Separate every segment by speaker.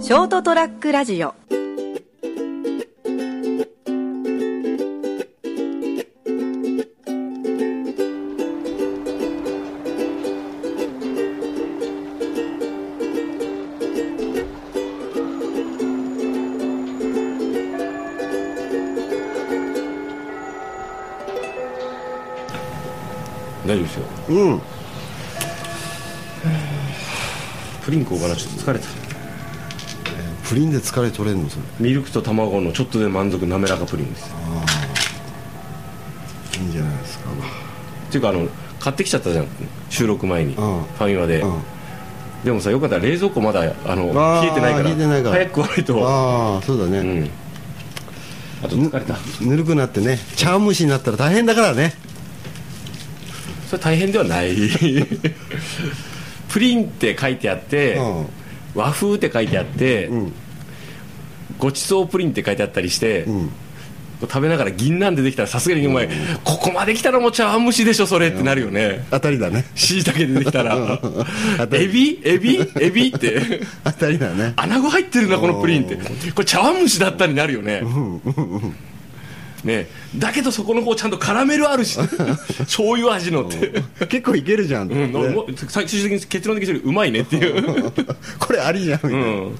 Speaker 1: ショートトラックラジオ
Speaker 2: 大丈夫ですよ
Speaker 3: うん
Speaker 2: プリン食おうかなちょっと疲れた
Speaker 3: プリンで疲れ取れるのそれ
Speaker 2: ミルクと卵のちょっとで満足滑らかプリンです
Speaker 3: いいんじゃないですか
Speaker 2: っていうかあの買ってきちゃったじゃん収録前に、
Speaker 3: うん
Speaker 2: ファミマで、
Speaker 3: うん
Speaker 2: でもさよかったら冷蔵庫まだあの
Speaker 3: あー
Speaker 2: 冷えてないから
Speaker 3: 冷えてないから
Speaker 2: 早く食わないと
Speaker 3: ああそうだ
Speaker 2: う
Speaker 3: ね、
Speaker 2: んあと疲れた
Speaker 3: ぬるくなってね茶蒸しになったら大変だからね
Speaker 2: それ大変ではないプリンって書いてあって、
Speaker 3: うん
Speaker 2: 和風って書いてあって、
Speaker 3: うん
Speaker 2: ごちそうプリンって書いてあったりして、
Speaker 3: うん
Speaker 2: 食べながら銀杏出てきたらさすがにお前、ここまで来たらもう茶碗蒸しでしょそれってなるよね、
Speaker 3: 当たりだね
Speaker 2: しいたけ出てきたら
Speaker 3: 当たり
Speaker 2: エビエビエビって
Speaker 3: 当たりだね
Speaker 2: 穴子入ってるなこのプリンってこれ茶碗蒸しだったになるよねねだけどそこの方ちゃんとカラメルあ るし醤油味のって
Speaker 3: 結構いけるじゃん、
Speaker 2: う
Speaker 3: ね
Speaker 2: んもう最終的に結論的にうまいねっていう
Speaker 3: これありじゃんみたいうな、
Speaker 2: んっ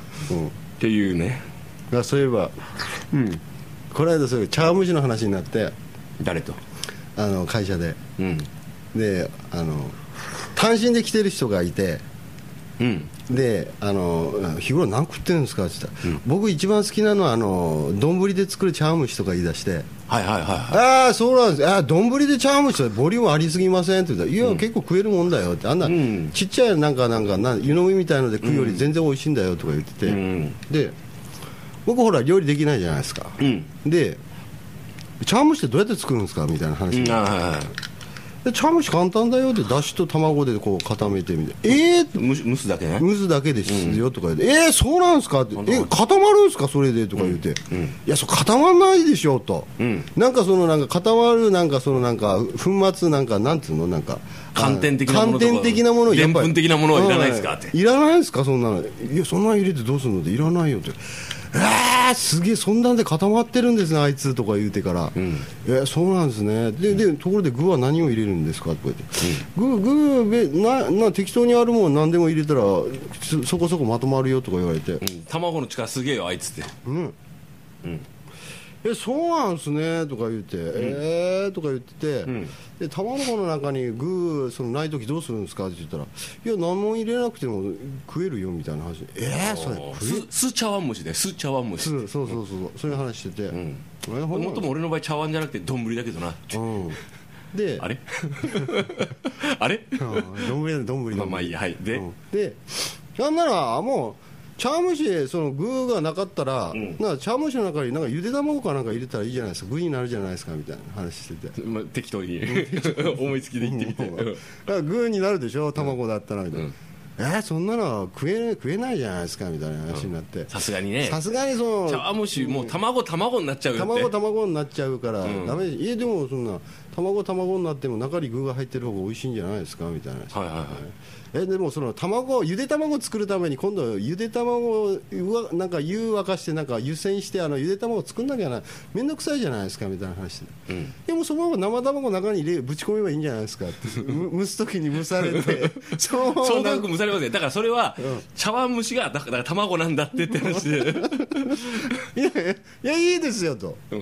Speaker 2: ていうね
Speaker 3: うんそういえば、この間そういう茶蒸しの話になって
Speaker 2: 誰と
Speaker 3: あの会社で
Speaker 2: うん
Speaker 3: であの単身で来てる人がいて
Speaker 2: うん
Speaker 3: であの日頃何食ってるんですかって言ったら、僕一番好きなのはあの丼で作る茶碗蒸しとか言い出して
Speaker 2: はいはいはいは
Speaker 3: ああそうなんですあー丼で茶碗蒸しってボリュームありすぎませんって言ったらいや、結構食えるもんだよってあんな、
Speaker 2: ん
Speaker 3: ちっちゃいなんかなんかなん湯飲みみたいので食うより全然美味しいんだよとか言ってて、
Speaker 2: いうん
Speaker 3: で僕ほら料理できないじゃないですか、
Speaker 2: うん
Speaker 3: で茶碗蒸しってどうやって作るんですかみたいな話になって
Speaker 2: うんはいはいはい
Speaker 3: で茶碗蒸し簡単だよってだしと卵でこう固めてみてえーって
Speaker 2: 蒸し蒸すだけね
Speaker 3: ムズだけですよとか言って、えー、そうなんですかって、え固まるんですか、それでとか言って、いや、そう固まらないでしょと、
Speaker 2: うん
Speaker 3: なんかそのなんか固まる、なんかそのなんか粉末、なんかなんつうの、なんか、
Speaker 2: 寒天的なものとか
Speaker 3: 寒天的なもの、やっぱり
Speaker 2: でんぷん的なものはいらないですかって
Speaker 3: うんいらないですか、そんなの、いや、そんなの入れてどうするのって、いらないよって。えー、すげえそんなんで固まってるんですねあいつとか言うてから、えーそうなんですねででところで具は何を入れるんですかとか言って、具具べなな適当にあるもん何でも入れたらそそこそこまとまるよとか言われて、
Speaker 2: うん卵の力すげえよあいつって
Speaker 3: えそうなんですねとか言って、えーとか言ってて、で卵の中に具そのない時どうするんですかって言ったらいや何も入れなくても食えるよみたいな話えー、それ食え
Speaker 2: す酢茶碗蒸しで酢茶碗蒸し
Speaker 3: そうそうそうそうそういう話してて、
Speaker 2: ん
Speaker 3: えーほん
Speaker 2: も
Speaker 3: な
Speaker 2: っ
Speaker 3: ら
Speaker 2: とも俺の場合茶碗じゃなくて丼だけどな
Speaker 3: うんで
Speaker 2: あれ あれ
Speaker 3: うん丼だ丼
Speaker 2: まあまあいいやはいで、
Speaker 3: うんでなんならもう茶碗蒸しその具がなかったら、なんか茶碗蒸しの中になんかゆで卵かなんか入れたらいいじゃないですか具になるじゃないですかみたいな話してて
Speaker 2: まあ、適当に 思いつきで言ってみて、
Speaker 3: だから具になるでしょ卵だったらみたいな、えーそんなの食え食えないじゃないですかみたいな話になって
Speaker 2: さすがにね
Speaker 3: さすがにその
Speaker 2: 茶碗蒸しもう卵卵になっちゃうよって
Speaker 3: 卵卵になっちゃうから、ダメいやでもそんな卵卵になっても中に具が入ってる方が美味しいんじゃないですかみたいな、
Speaker 2: はいはいはい
Speaker 3: えでもその卵ゆで卵を作るために今度ゆで卵をうわなんか湯沸かしてなんか湯煎してあのゆで卵を作んなきゃな面倒くさいじゃないですかみたいな話で、でもそのまま生卵の中に入れぶち込めばいいんじゃないですかってむ蒸す時に蒸され てそのまま
Speaker 2: 相談く蒸されますねだからそれは、茶碗蒸しがだからだから卵なんだってって話で、
Speaker 3: いやいやいやいいですよと
Speaker 2: う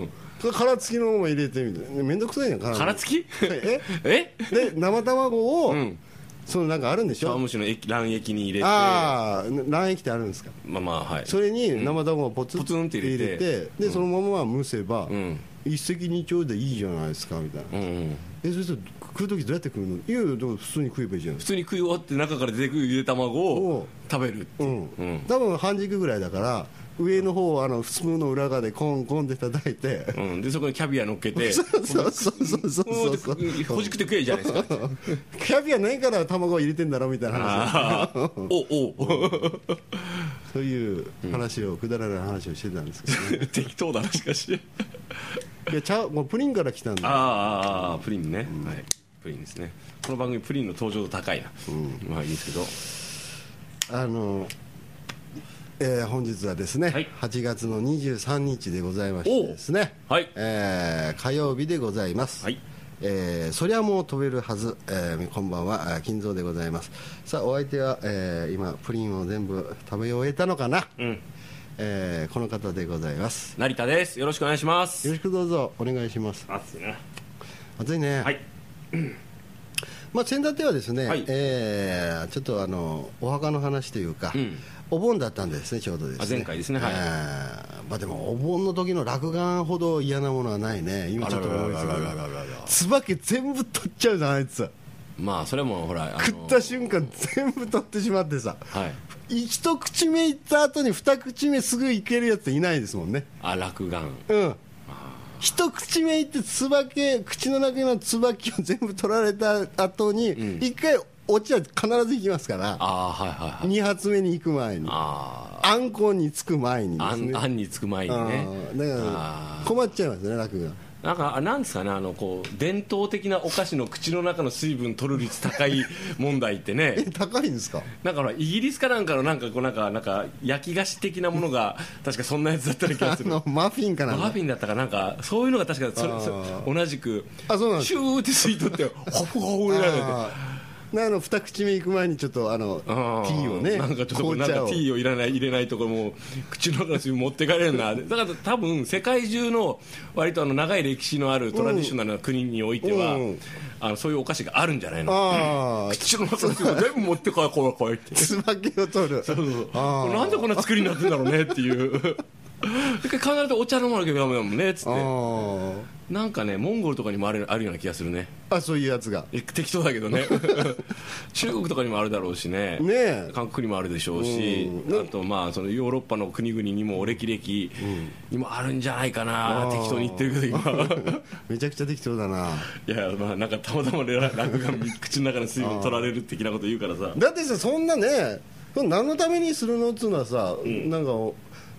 Speaker 2: ん、
Speaker 3: 殻付きのまま入れてみたいな面倒くさいじゃん殻
Speaker 2: 殻付き
Speaker 3: え
Speaker 2: え
Speaker 3: で生卵を、
Speaker 2: ん
Speaker 3: そのなんかあるんでし
Speaker 2: 茶碗
Speaker 3: ょ
Speaker 2: 蒸しの液卵液に入れてまあ
Speaker 3: ああ卵液ってあるんですか
Speaker 2: まあはい
Speaker 3: それに生卵をポツ
Speaker 2: ポツンっ
Speaker 3: ン
Speaker 2: て
Speaker 3: て
Speaker 2: 入
Speaker 3: 入
Speaker 2: れ
Speaker 3: れ
Speaker 2: て
Speaker 3: て,、でそのまま蒸せば、
Speaker 2: ん
Speaker 3: 一石二鳥でいいじゃないですかみたいな、
Speaker 2: うんうん
Speaker 3: えそれと食う時どうやって食うのいやいやでも普通に食えばいいじゃないで
Speaker 2: 普
Speaker 3: す
Speaker 2: 通に食い終わって中から出てくるゆで卵
Speaker 3: お
Speaker 2: を
Speaker 3: う
Speaker 2: 食べるって
Speaker 3: か、う
Speaker 2: いうん
Speaker 3: 多分半熟ぐらいだから上の方はあのスプーンの裏側でコンコンって叩いて、
Speaker 2: うんでそこにキャビア乗っけて
Speaker 3: そうそうそうそう
Speaker 2: も
Speaker 3: そううそう
Speaker 2: ほじくって食えじゃないですか
Speaker 3: キャビアないから卵を入れてんだろみたいな話
Speaker 2: ああおお
Speaker 3: そういう話を、くだらない話をしてたんですけど、ね、
Speaker 2: 適当だなしかし
Speaker 3: いや茶もうプリンから来たんだ
Speaker 2: あーあーあープリンね、はいプリンですねこの番組プリンの登場度高いな、まあいいんですけど
Speaker 3: あのえー本日はですね、
Speaker 2: はい
Speaker 3: 8月の23日でございましてですね、
Speaker 2: おうはい
Speaker 3: えー火曜日でございます、
Speaker 2: はい
Speaker 3: えーそりゃもう飛べるはず、えーこんばんはあー金蔵でございますさあお相手は、えー今プリンを全部食べ終えたのかな、
Speaker 2: ん
Speaker 3: えーこの方でございます
Speaker 2: 成田ですよろしくお願いしま
Speaker 3: よ
Speaker 2: す
Speaker 3: ろしくどうぞお願いします
Speaker 2: 熱いな
Speaker 3: 暑いね、
Speaker 2: はい
Speaker 3: まあ、先立てはですね、
Speaker 2: はい
Speaker 3: えーちょっとあのお墓の話というか、
Speaker 2: うん
Speaker 3: お盆だったんですね、ちょうどですね。
Speaker 2: あ前回ですねはい
Speaker 3: えーまあ、でも、お盆の時の落眼ほど嫌なものはないね、今ちょっと思いつ
Speaker 2: あららららららら
Speaker 3: つばけ全部取っちゃうじゃん、あいつ、
Speaker 2: まあそれもほらあの
Speaker 3: 食った瞬間、全部取ってしまってさ、
Speaker 2: はい
Speaker 3: 一口目いった後に二口目すぐいけるやついないですもんね。
Speaker 2: あ落眼
Speaker 3: うん一口目いってつばけ口の中のつばきを全部取られた後に
Speaker 2: うん
Speaker 3: 一、回落ちは必ず行きますから
Speaker 2: ああーはいはいはい
Speaker 3: 二発目に行く前に
Speaker 2: あ
Speaker 3: アンコンにつく前に
Speaker 2: あ
Speaker 3: ですね
Speaker 2: 案案につく前にね
Speaker 3: うんだ
Speaker 2: あ
Speaker 3: から困っちゃいますね楽が
Speaker 2: なんかあなんですかねあのこう伝統的なお菓子の口の中の水分取る率高い問題ってね
Speaker 3: え 高いんですか
Speaker 2: なんかほらイギリスかなんかのなんかこうなんかなんか焼き菓子的なもの が確かそんなやつだったような気が
Speaker 3: あ
Speaker 2: する
Speaker 3: のマフィンかな
Speaker 2: マーフィンだったかなんかそういうのが確かそれ
Speaker 3: あー
Speaker 2: そ同じく
Speaker 3: あそうなんです
Speaker 2: シューって吸い 取ってホフホフになるん
Speaker 3: あーなあの二口目行く前にちょっとあのティーをね
Speaker 2: なんかちょっとなんか
Speaker 3: 紅
Speaker 2: テ
Speaker 3: 茶を
Speaker 2: ィーをいらない入れないとこも口の中に持ってかれる なだから多分世界中の割とあの長い歴史のあるトラディショナルな国においては、
Speaker 3: うん
Speaker 2: あのそういうお菓子があるんじゃないの
Speaker 3: ああ
Speaker 2: 口の中の水分全部持ってこいこいこいって
Speaker 3: つばけを取るあー
Speaker 2: なんでこんな作りになってんだろうねって いう。一回必ずお茶飲まなきゃダメだもんねっつっ
Speaker 3: あ
Speaker 2: て
Speaker 3: ー
Speaker 2: なんかねモンゴルとかにもあるあるような気がするね
Speaker 3: あそういうやつが
Speaker 2: え適当だけど ね中国とかにもあるだろうしね
Speaker 3: ねえ
Speaker 2: 韓国にもあるでしょうし、
Speaker 3: うん
Speaker 2: あとまあそのヨーロッパの国々にも歴々にもあるんじゃないかな、
Speaker 3: あー
Speaker 2: 適当に言ってるけど今
Speaker 3: めちゃくちゃ適当だない
Speaker 2: やまあなんかたまたま落眼に口の中の水分取られる的なこと言うからさ
Speaker 3: だってさそんなねその何のためにするのっつうのはさ、なんかお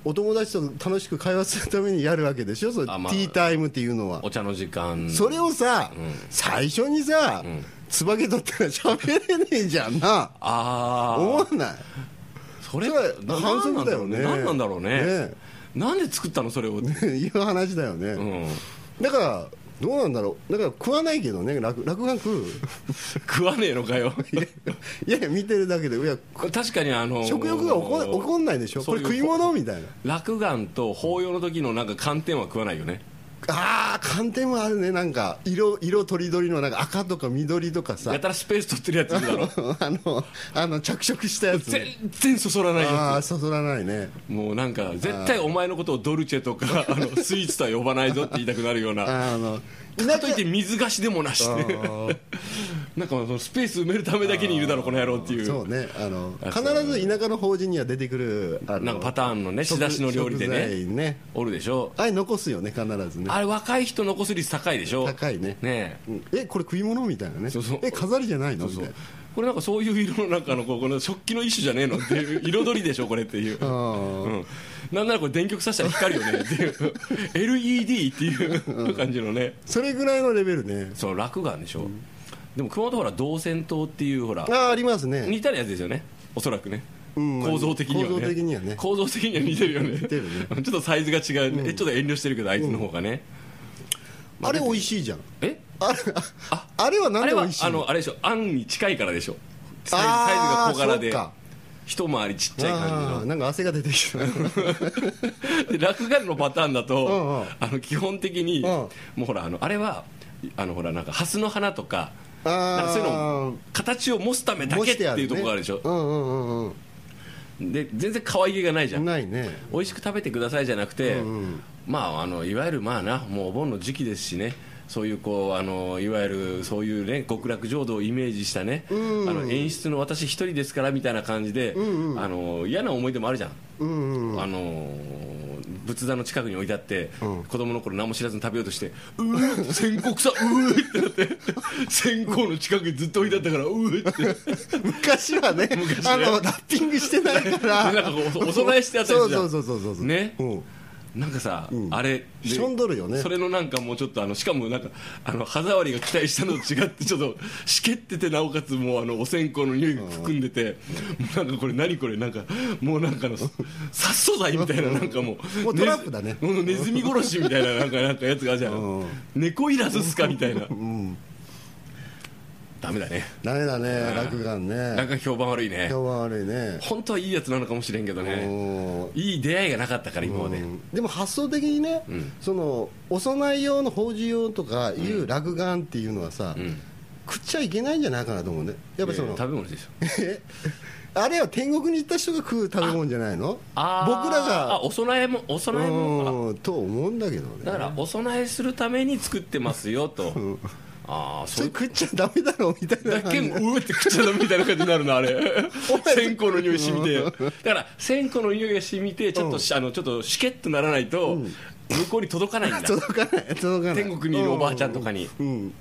Speaker 3: お友達と楽しく会話するためにやるわけでしょそれ、
Speaker 2: あまあ
Speaker 3: ティータイムっていうのは
Speaker 2: お茶の時間
Speaker 3: それをさ、最初にさ、つばけ取ったら喋れねえじゃんな
Speaker 2: ああ
Speaker 3: 思わない
Speaker 2: それ
Speaker 3: それは
Speaker 2: な
Speaker 3: 反則だよね
Speaker 2: 何なんだろうね
Speaker 3: ね
Speaker 2: なんで作ったのそれを、
Speaker 3: って いう話だよね、
Speaker 2: うん、
Speaker 3: だからどうなんだろうだから食わないけどね落落眼食 う
Speaker 2: 食わねえのかよ
Speaker 3: いやいや見てるだけでいや
Speaker 2: 確かにあの
Speaker 3: 食欲が起こ起こんないでしょこ
Speaker 2: そう
Speaker 3: れ
Speaker 2: う
Speaker 3: 食い物みたいな
Speaker 2: 落眼と法要の時のなんか寒天は食わないよね
Speaker 3: ああ寒天もあるねなんか色色とりどりのなんか赤とか緑とかさ
Speaker 2: やたらスペース取ってるやついるだろ
Speaker 3: あのあの着色した やつ、ね、
Speaker 2: 全然そそらない
Speaker 3: あ
Speaker 2: や
Speaker 3: あそそらないね
Speaker 2: つもうなんか絶対お前のことをドルチェと かあのスイーツとは呼ばないぞって言いたくなるような
Speaker 3: あの
Speaker 2: かといって水菓子でもなしで なんかそのスペース埋めるためだけにいるだろこの野郎っていう
Speaker 3: そうねあの
Speaker 2: あ
Speaker 3: 必ず田舎の法人には出てくるあの
Speaker 2: なんかパターンのね
Speaker 3: 食
Speaker 2: 仕出しの料理でね
Speaker 3: 食材ね
Speaker 2: おるでしょ
Speaker 3: あれ残すよね必ずね
Speaker 2: あれ若い人残す率高いでしょ
Speaker 3: 高いね
Speaker 2: ねえ
Speaker 3: うんえこれ食い物みたいなね
Speaker 2: そうそう
Speaker 3: え飾りじゃないの
Speaker 2: そう
Speaker 3: みたいな
Speaker 2: これなんかそういう色の中のこうこの食器の一種じゃねえのっていう彩りでしょこれっていう、う
Speaker 3: あー
Speaker 2: ん、なんならこれ電極さしたら光る よねっていう LED っていう感じのね
Speaker 3: それぐらいのレベルね
Speaker 2: その落眼でしょ、でも熊本ほら銅線灯っていうほら
Speaker 3: ああありますね
Speaker 2: 似たようなやつですよねおそらくね
Speaker 3: うん
Speaker 2: 構造的にはね
Speaker 3: 構造的にはね
Speaker 2: 構造的には似てるよね
Speaker 3: てるね
Speaker 2: ちょっとサイズが違う、えちょっと遠慮してるけどあいつの方がね、
Speaker 3: あれ美味しいじゃん
Speaker 2: え
Speaker 3: あれああれはなん
Speaker 2: あ
Speaker 3: で
Speaker 2: れ
Speaker 3: 美
Speaker 2: は
Speaker 3: 味しい
Speaker 2: あ
Speaker 3: の
Speaker 2: のあれでしょあんに近いからでしょサイズサイズが
Speaker 3: あー
Speaker 2: 小柄で
Speaker 3: そうか
Speaker 2: 一回りちっちゃい感じの
Speaker 3: あーなんか汗が出 てきた
Speaker 2: で落眼のパターンだと、
Speaker 3: うんうん
Speaker 2: あの基本的に、
Speaker 3: ん
Speaker 2: もうほらあのあれはあのほらなんかハスの花とか
Speaker 3: あー
Speaker 2: なんかそういうの形を模すためだけっていうところがあるでしょ、
Speaker 3: うんうんうんうん
Speaker 2: で全然可愛げがないじゃん
Speaker 3: ないね
Speaker 2: 美味しく食べてくださいじゃなくて、
Speaker 3: うんうん
Speaker 2: まああのいわゆるまあなもうお盆の時期ですしねそういうこうあのいわゆるそういうね極楽浄土をイメージしたね、あの演出の私一人ですからみたいな感じで、あの嫌な思い出もあるじゃん
Speaker 3: うん うん
Speaker 2: あのー仏壇の近くに置いてあって、
Speaker 3: うん
Speaker 2: 子供の頃何も知らずに食べようとして「うー線香臭うー」って なって線香の近くにずっと置いてあったから「うー」って
Speaker 3: 昔はね
Speaker 2: 昔ね
Speaker 3: あのラッピングしてないか
Speaker 2: なん
Speaker 3: ら
Speaker 2: かこうおお供えしてあったりするじゃん
Speaker 3: そうそうそうそうそう
Speaker 2: ね
Speaker 3: うん
Speaker 2: なんかさ、あれで
Speaker 3: しょんどるよね
Speaker 2: それのなんかもうちょっとあのしかもなんかあの歯触りが期待したのと違ってちょっとしけっててなおかつもうあのお線香の匂いが含んでて、もうなんかこれ何これなんかもうなんかの殺素剤みたいななんかもう
Speaker 3: もうトラップだね
Speaker 2: ネズネズミ殺しみたいななんかなんかやつがあるじゃん、
Speaker 3: うん
Speaker 2: 猫いらずっすかみたいな、ダメだね
Speaker 3: ダメだね落眼
Speaker 2: なん
Speaker 3: ね
Speaker 2: か評判悪いね
Speaker 3: 評判悪いね
Speaker 2: 本当はいいやつなのかもしれんけどね
Speaker 3: うん
Speaker 2: いい出会いがなかったから今まで、
Speaker 3: うんでも発想的にね、そのお供え用の法事用とかいう落眼っていうのはさ、
Speaker 2: ん
Speaker 3: 食っちゃいけないんじゃないかなと思うねやっぱそ
Speaker 2: い
Speaker 3: の、
Speaker 2: や食べ物でしょ
Speaker 3: あれは天国に行った人が食う食べ物じゃないの
Speaker 2: あー
Speaker 3: 僕ら
Speaker 2: あ
Speaker 3: が
Speaker 2: お供えもお供えも
Speaker 3: うんと思うんだけど
Speaker 2: あだか
Speaker 3: ね
Speaker 2: らお供えするために作ってますよと、ああ
Speaker 3: そ
Speaker 2: そ
Speaker 3: れ
Speaker 2: う
Speaker 3: 食っちゃダメだろみたいな
Speaker 2: だ
Speaker 3: 感
Speaker 2: け
Speaker 3: じ
Speaker 2: んうーって食っちゃダメみたいな感じになるなあ れ線香の匂い染みてだから線香の匂いが染みてちょっと、しあのちょっとしけっとならないと、向こうに届かないんだ
Speaker 3: 届かない届かない
Speaker 2: 天国にいるおばあちゃんとかに
Speaker 3: うん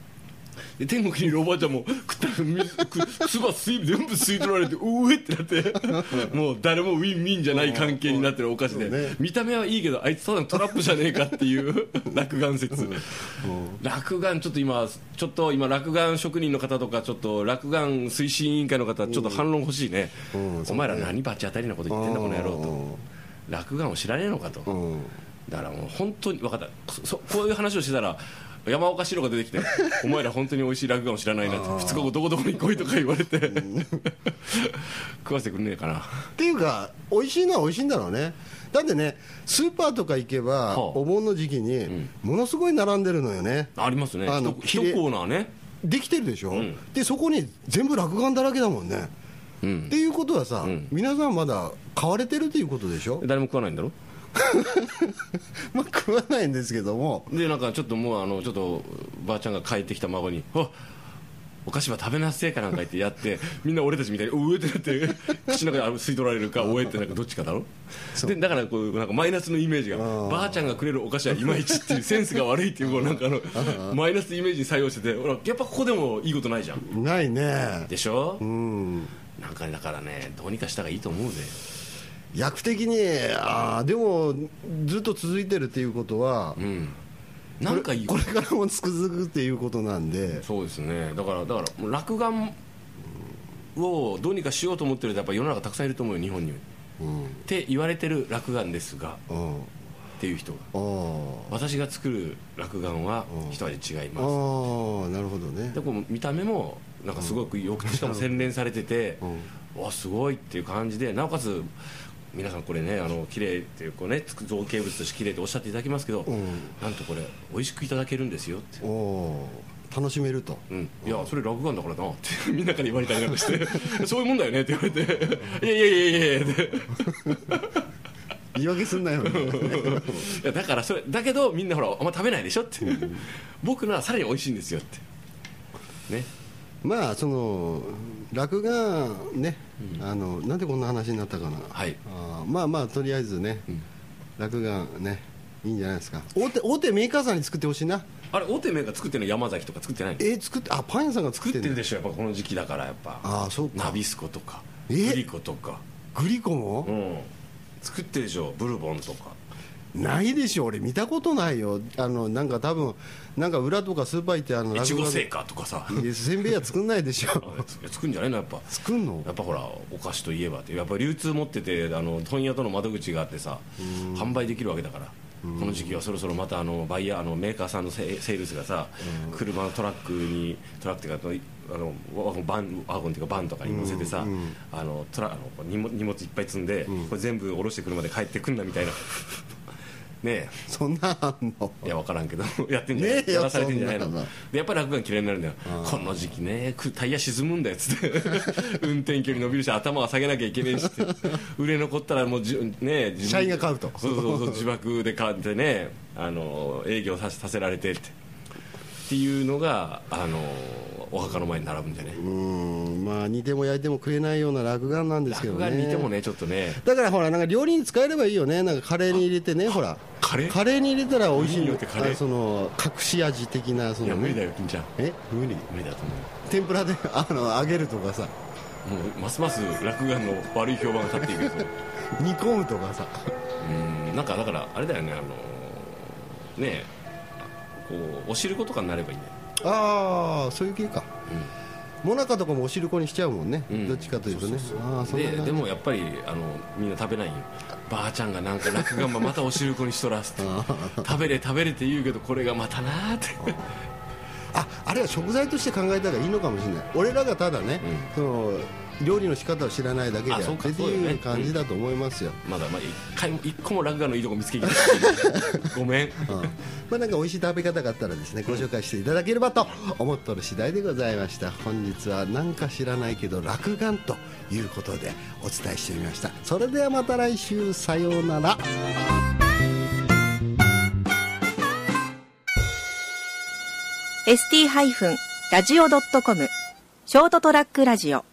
Speaker 2: で天国にいるおばあちゃんも食ったら水く唾吸い全部吸い取られて うえってな ってもう誰もウィンウィンじゃない関係になってるお菓子
Speaker 3: うんうんそう
Speaker 2: で
Speaker 3: ね
Speaker 2: 見た目はいいけどあいつただのトラップじゃねえかって いう落眼説落眼ちょっと今ちょっと今落眼職人の方とかちょっと落眼推進委員会の方ちょっと反論欲しいね
Speaker 3: うんうん
Speaker 2: お前ら何バチ当たりなこと言ってんだこの野郎と落眼を知らねえのかと
Speaker 3: うんうん
Speaker 2: だからもう本当に分かったそそこういう話をしてたら山岡四郎が出てき て「お前ら本当に美味しい落語を知らないな」って「2日後どこどこに来い」とか言われて 食わせてくんねえかな
Speaker 3: っていうか美味しいのは美味しいんだろうねだってねスーパーとか行けば、
Speaker 2: あ
Speaker 3: お盆の時期にものすごい並んでるのよね
Speaker 2: ありますね
Speaker 3: あの
Speaker 2: 一
Speaker 3: ひ
Speaker 2: 一
Speaker 3: れ
Speaker 2: コーナーね
Speaker 3: できてるでしょ、
Speaker 2: ん
Speaker 3: でそこに全部落眼だらけだもんね、
Speaker 2: うん
Speaker 3: っていうことはさ、
Speaker 2: ん
Speaker 3: 皆さんまだ買われてるということでしょ、
Speaker 2: 誰も食わないんだろ
Speaker 3: まあ、食わないんですけども
Speaker 2: でなんかちょっともうあのちょっとばあちゃんが帰ってきた孫に「あお菓子は食べなせえかなんか言ってやって みんな俺たちみたいに「おえ」ってなって 口の中であ吸い取られるか「おえ」ってなんかどっちかだろでだからこうなんかマイナスのイメージが
Speaker 3: ー
Speaker 2: ばあちゃんがくれるお菓子はいまいちっていうセンスが悪いっていうこうなんかあ のマイナスイメージに作用しててほらやっぱここでもいいことないじゃん
Speaker 3: ないね
Speaker 2: でしょ
Speaker 3: うん
Speaker 2: なんかだからねどうにかした方がいいと思うぜ
Speaker 3: 役的にああでもずっと続いてるっていうことは、
Speaker 2: うんなんかいい
Speaker 3: これからもつくづくっていうことなんで
Speaker 2: そうですねだからだからもう落眼をどうにかしようと思ってる人やっぱ世の中たくさんいると思うよ日本に、って言われてる落眼ですが
Speaker 3: うん
Speaker 2: っていう人が
Speaker 3: あー
Speaker 2: 私が作る落眼は一味違い
Speaker 3: あ
Speaker 2: ます
Speaker 3: ーなるほどね
Speaker 2: でこう見た目もなんかすごくよくてしかも洗練されてて、わすごいっていう感じでなおかつ皆さんこれねあの綺麗っていうこうねつく造形物として綺麗とおっしゃっていただきますけど、
Speaker 3: ん
Speaker 2: なんとこれ美味しくいただけるんですよって
Speaker 3: おおー楽しめると
Speaker 2: うん、いやそれ落眼だからなって みんなから言われたりなんかして そういうもんだよねって言われていやいやいやいやいやって
Speaker 3: 言い訳すん なよ
Speaker 2: いやだからそれだけどみんなほらあんま食べないでしょって僕のはさらに美味しいんですよってね
Speaker 3: まあその落がね、あのなんでこんな話になったかな、
Speaker 2: はい
Speaker 3: あーまあまあとりあえずね、
Speaker 2: ん
Speaker 3: 落がねいいんじゃないですか大手大手メーカーさんに作ってほしいな
Speaker 2: あれ大手メーカー作ってるの山崎とか作ってないの
Speaker 3: えー作ってあパン屋さんが作
Speaker 2: 作
Speaker 3: って
Speaker 2: っ
Speaker 3: ん
Speaker 2: て
Speaker 3: だ
Speaker 2: るでしょやっぱこの時期だからやっぱ
Speaker 3: ああそうか
Speaker 2: ナビスコとかグ
Speaker 3: え
Speaker 2: リコとか
Speaker 3: グリコも
Speaker 2: う、ん作ってるでしょブルボンとか
Speaker 3: ないでしょ俺見たことないよあのなんか多分なんか裏とかスーパー行ってあの
Speaker 2: いちご
Speaker 3: 落
Speaker 2: 製
Speaker 3: 語
Speaker 2: 菓とかさ
Speaker 3: いやせんべい屋作んないでし ょ
Speaker 2: 作るんじゃないのやっぱ
Speaker 3: 作んの
Speaker 2: やっぱほらお菓子といえばってやっぱ流通持っててあの問屋との窓口があってさ販売できるわけだからこの時期はそろそろまたあのバイヤーあのメーカーさんのセーセールスがさ車のトラックにトラックっていうかあのワゴンバンワゴンっていうかバンとかに乗せてさあのトラあの荷物荷物いっぱい積んでこれ全部下ろして車で帰ってくんなみ たいなねえ
Speaker 3: そんなんあんの
Speaker 2: いや分からんけど やってんじゃない、
Speaker 3: ねえよ
Speaker 2: やらされてんじゃないの
Speaker 3: そんなの
Speaker 2: でやっぱり落眼嫌いになるんだよこの時期ねくタイヤ沈むんだよっつって 運転距離伸びるし頭は下げなきゃいけねえしって売れ残ったらもうじゅねえ自分
Speaker 3: 社員が買うと
Speaker 2: そうそうそう自爆で買ってねあの営業させさせられてってっていうのがあのお墓の前に並ぶんじゃね
Speaker 3: うーんまあ煮ても焼いても食えないような落眼なんですけど
Speaker 2: 落
Speaker 3: ね
Speaker 2: 眼にいてもねちょっとね
Speaker 3: だからほらなんか料理に使えればいいよねなんかカレーに入れてねほら
Speaker 2: カレー
Speaker 3: カレーに入れたら美味しい
Speaker 2: いいよってカレー
Speaker 3: あその隠し味的なそ
Speaker 2: いや
Speaker 3: の
Speaker 2: 無理
Speaker 3: ね
Speaker 2: だよ金ちゃん
Speaker 3: え無理
Speaker 2: 無理だと思う
Speaker 3: 天ぷらであの揚げるとかさ
Speaker 2: もうますます落眼の悪い評判が立っていくんですよ
Speaker 3: 煮込むとかさ
Speaker 2: うんなんかだからあれだよねあのねえこうお汁粉とかになればいいんだよ
Speaker 3: ああそういう系か、もなかとかもお汁粉にしちゃうもんね、
Speaker 2: ん
Speaker 3: どっちかというとねああそんな
Speaker 2: で
Speaker 3: 感じ
Speaker 2: でもやっぱりあのみんな食べないよばあちゃんがなんか落眼ばまたお汁粉にしとらすって食べれ食べれって言うけどこれがまたなーって
Speaker 3: ああれは食材として考えたらいいのかもしれない俺らがただね、その料理の仕方を知らないだけであ
Speaker 2: あ
Speaker 3: っ
Speaker 2: そうか
Speaker 3: てって
Speaker 2: そうよ
Speaker 3: いう
Speaker 2: ね
Speaker 3: 感じだと思いますよ、
Speaker 2: まだまあ一回も一個も落眼のいいとこ見つけきれないごめん
Speaker 3: うんまあ、なんか美味しい食べ方があったらですねご紹介していただければと思っとる次第でございました本日はなんか知らないけど落眼ということでお伝えしてみましたそれではまた来週さようなら
Speaker 1: ST-radio.com ショートトラックラジオ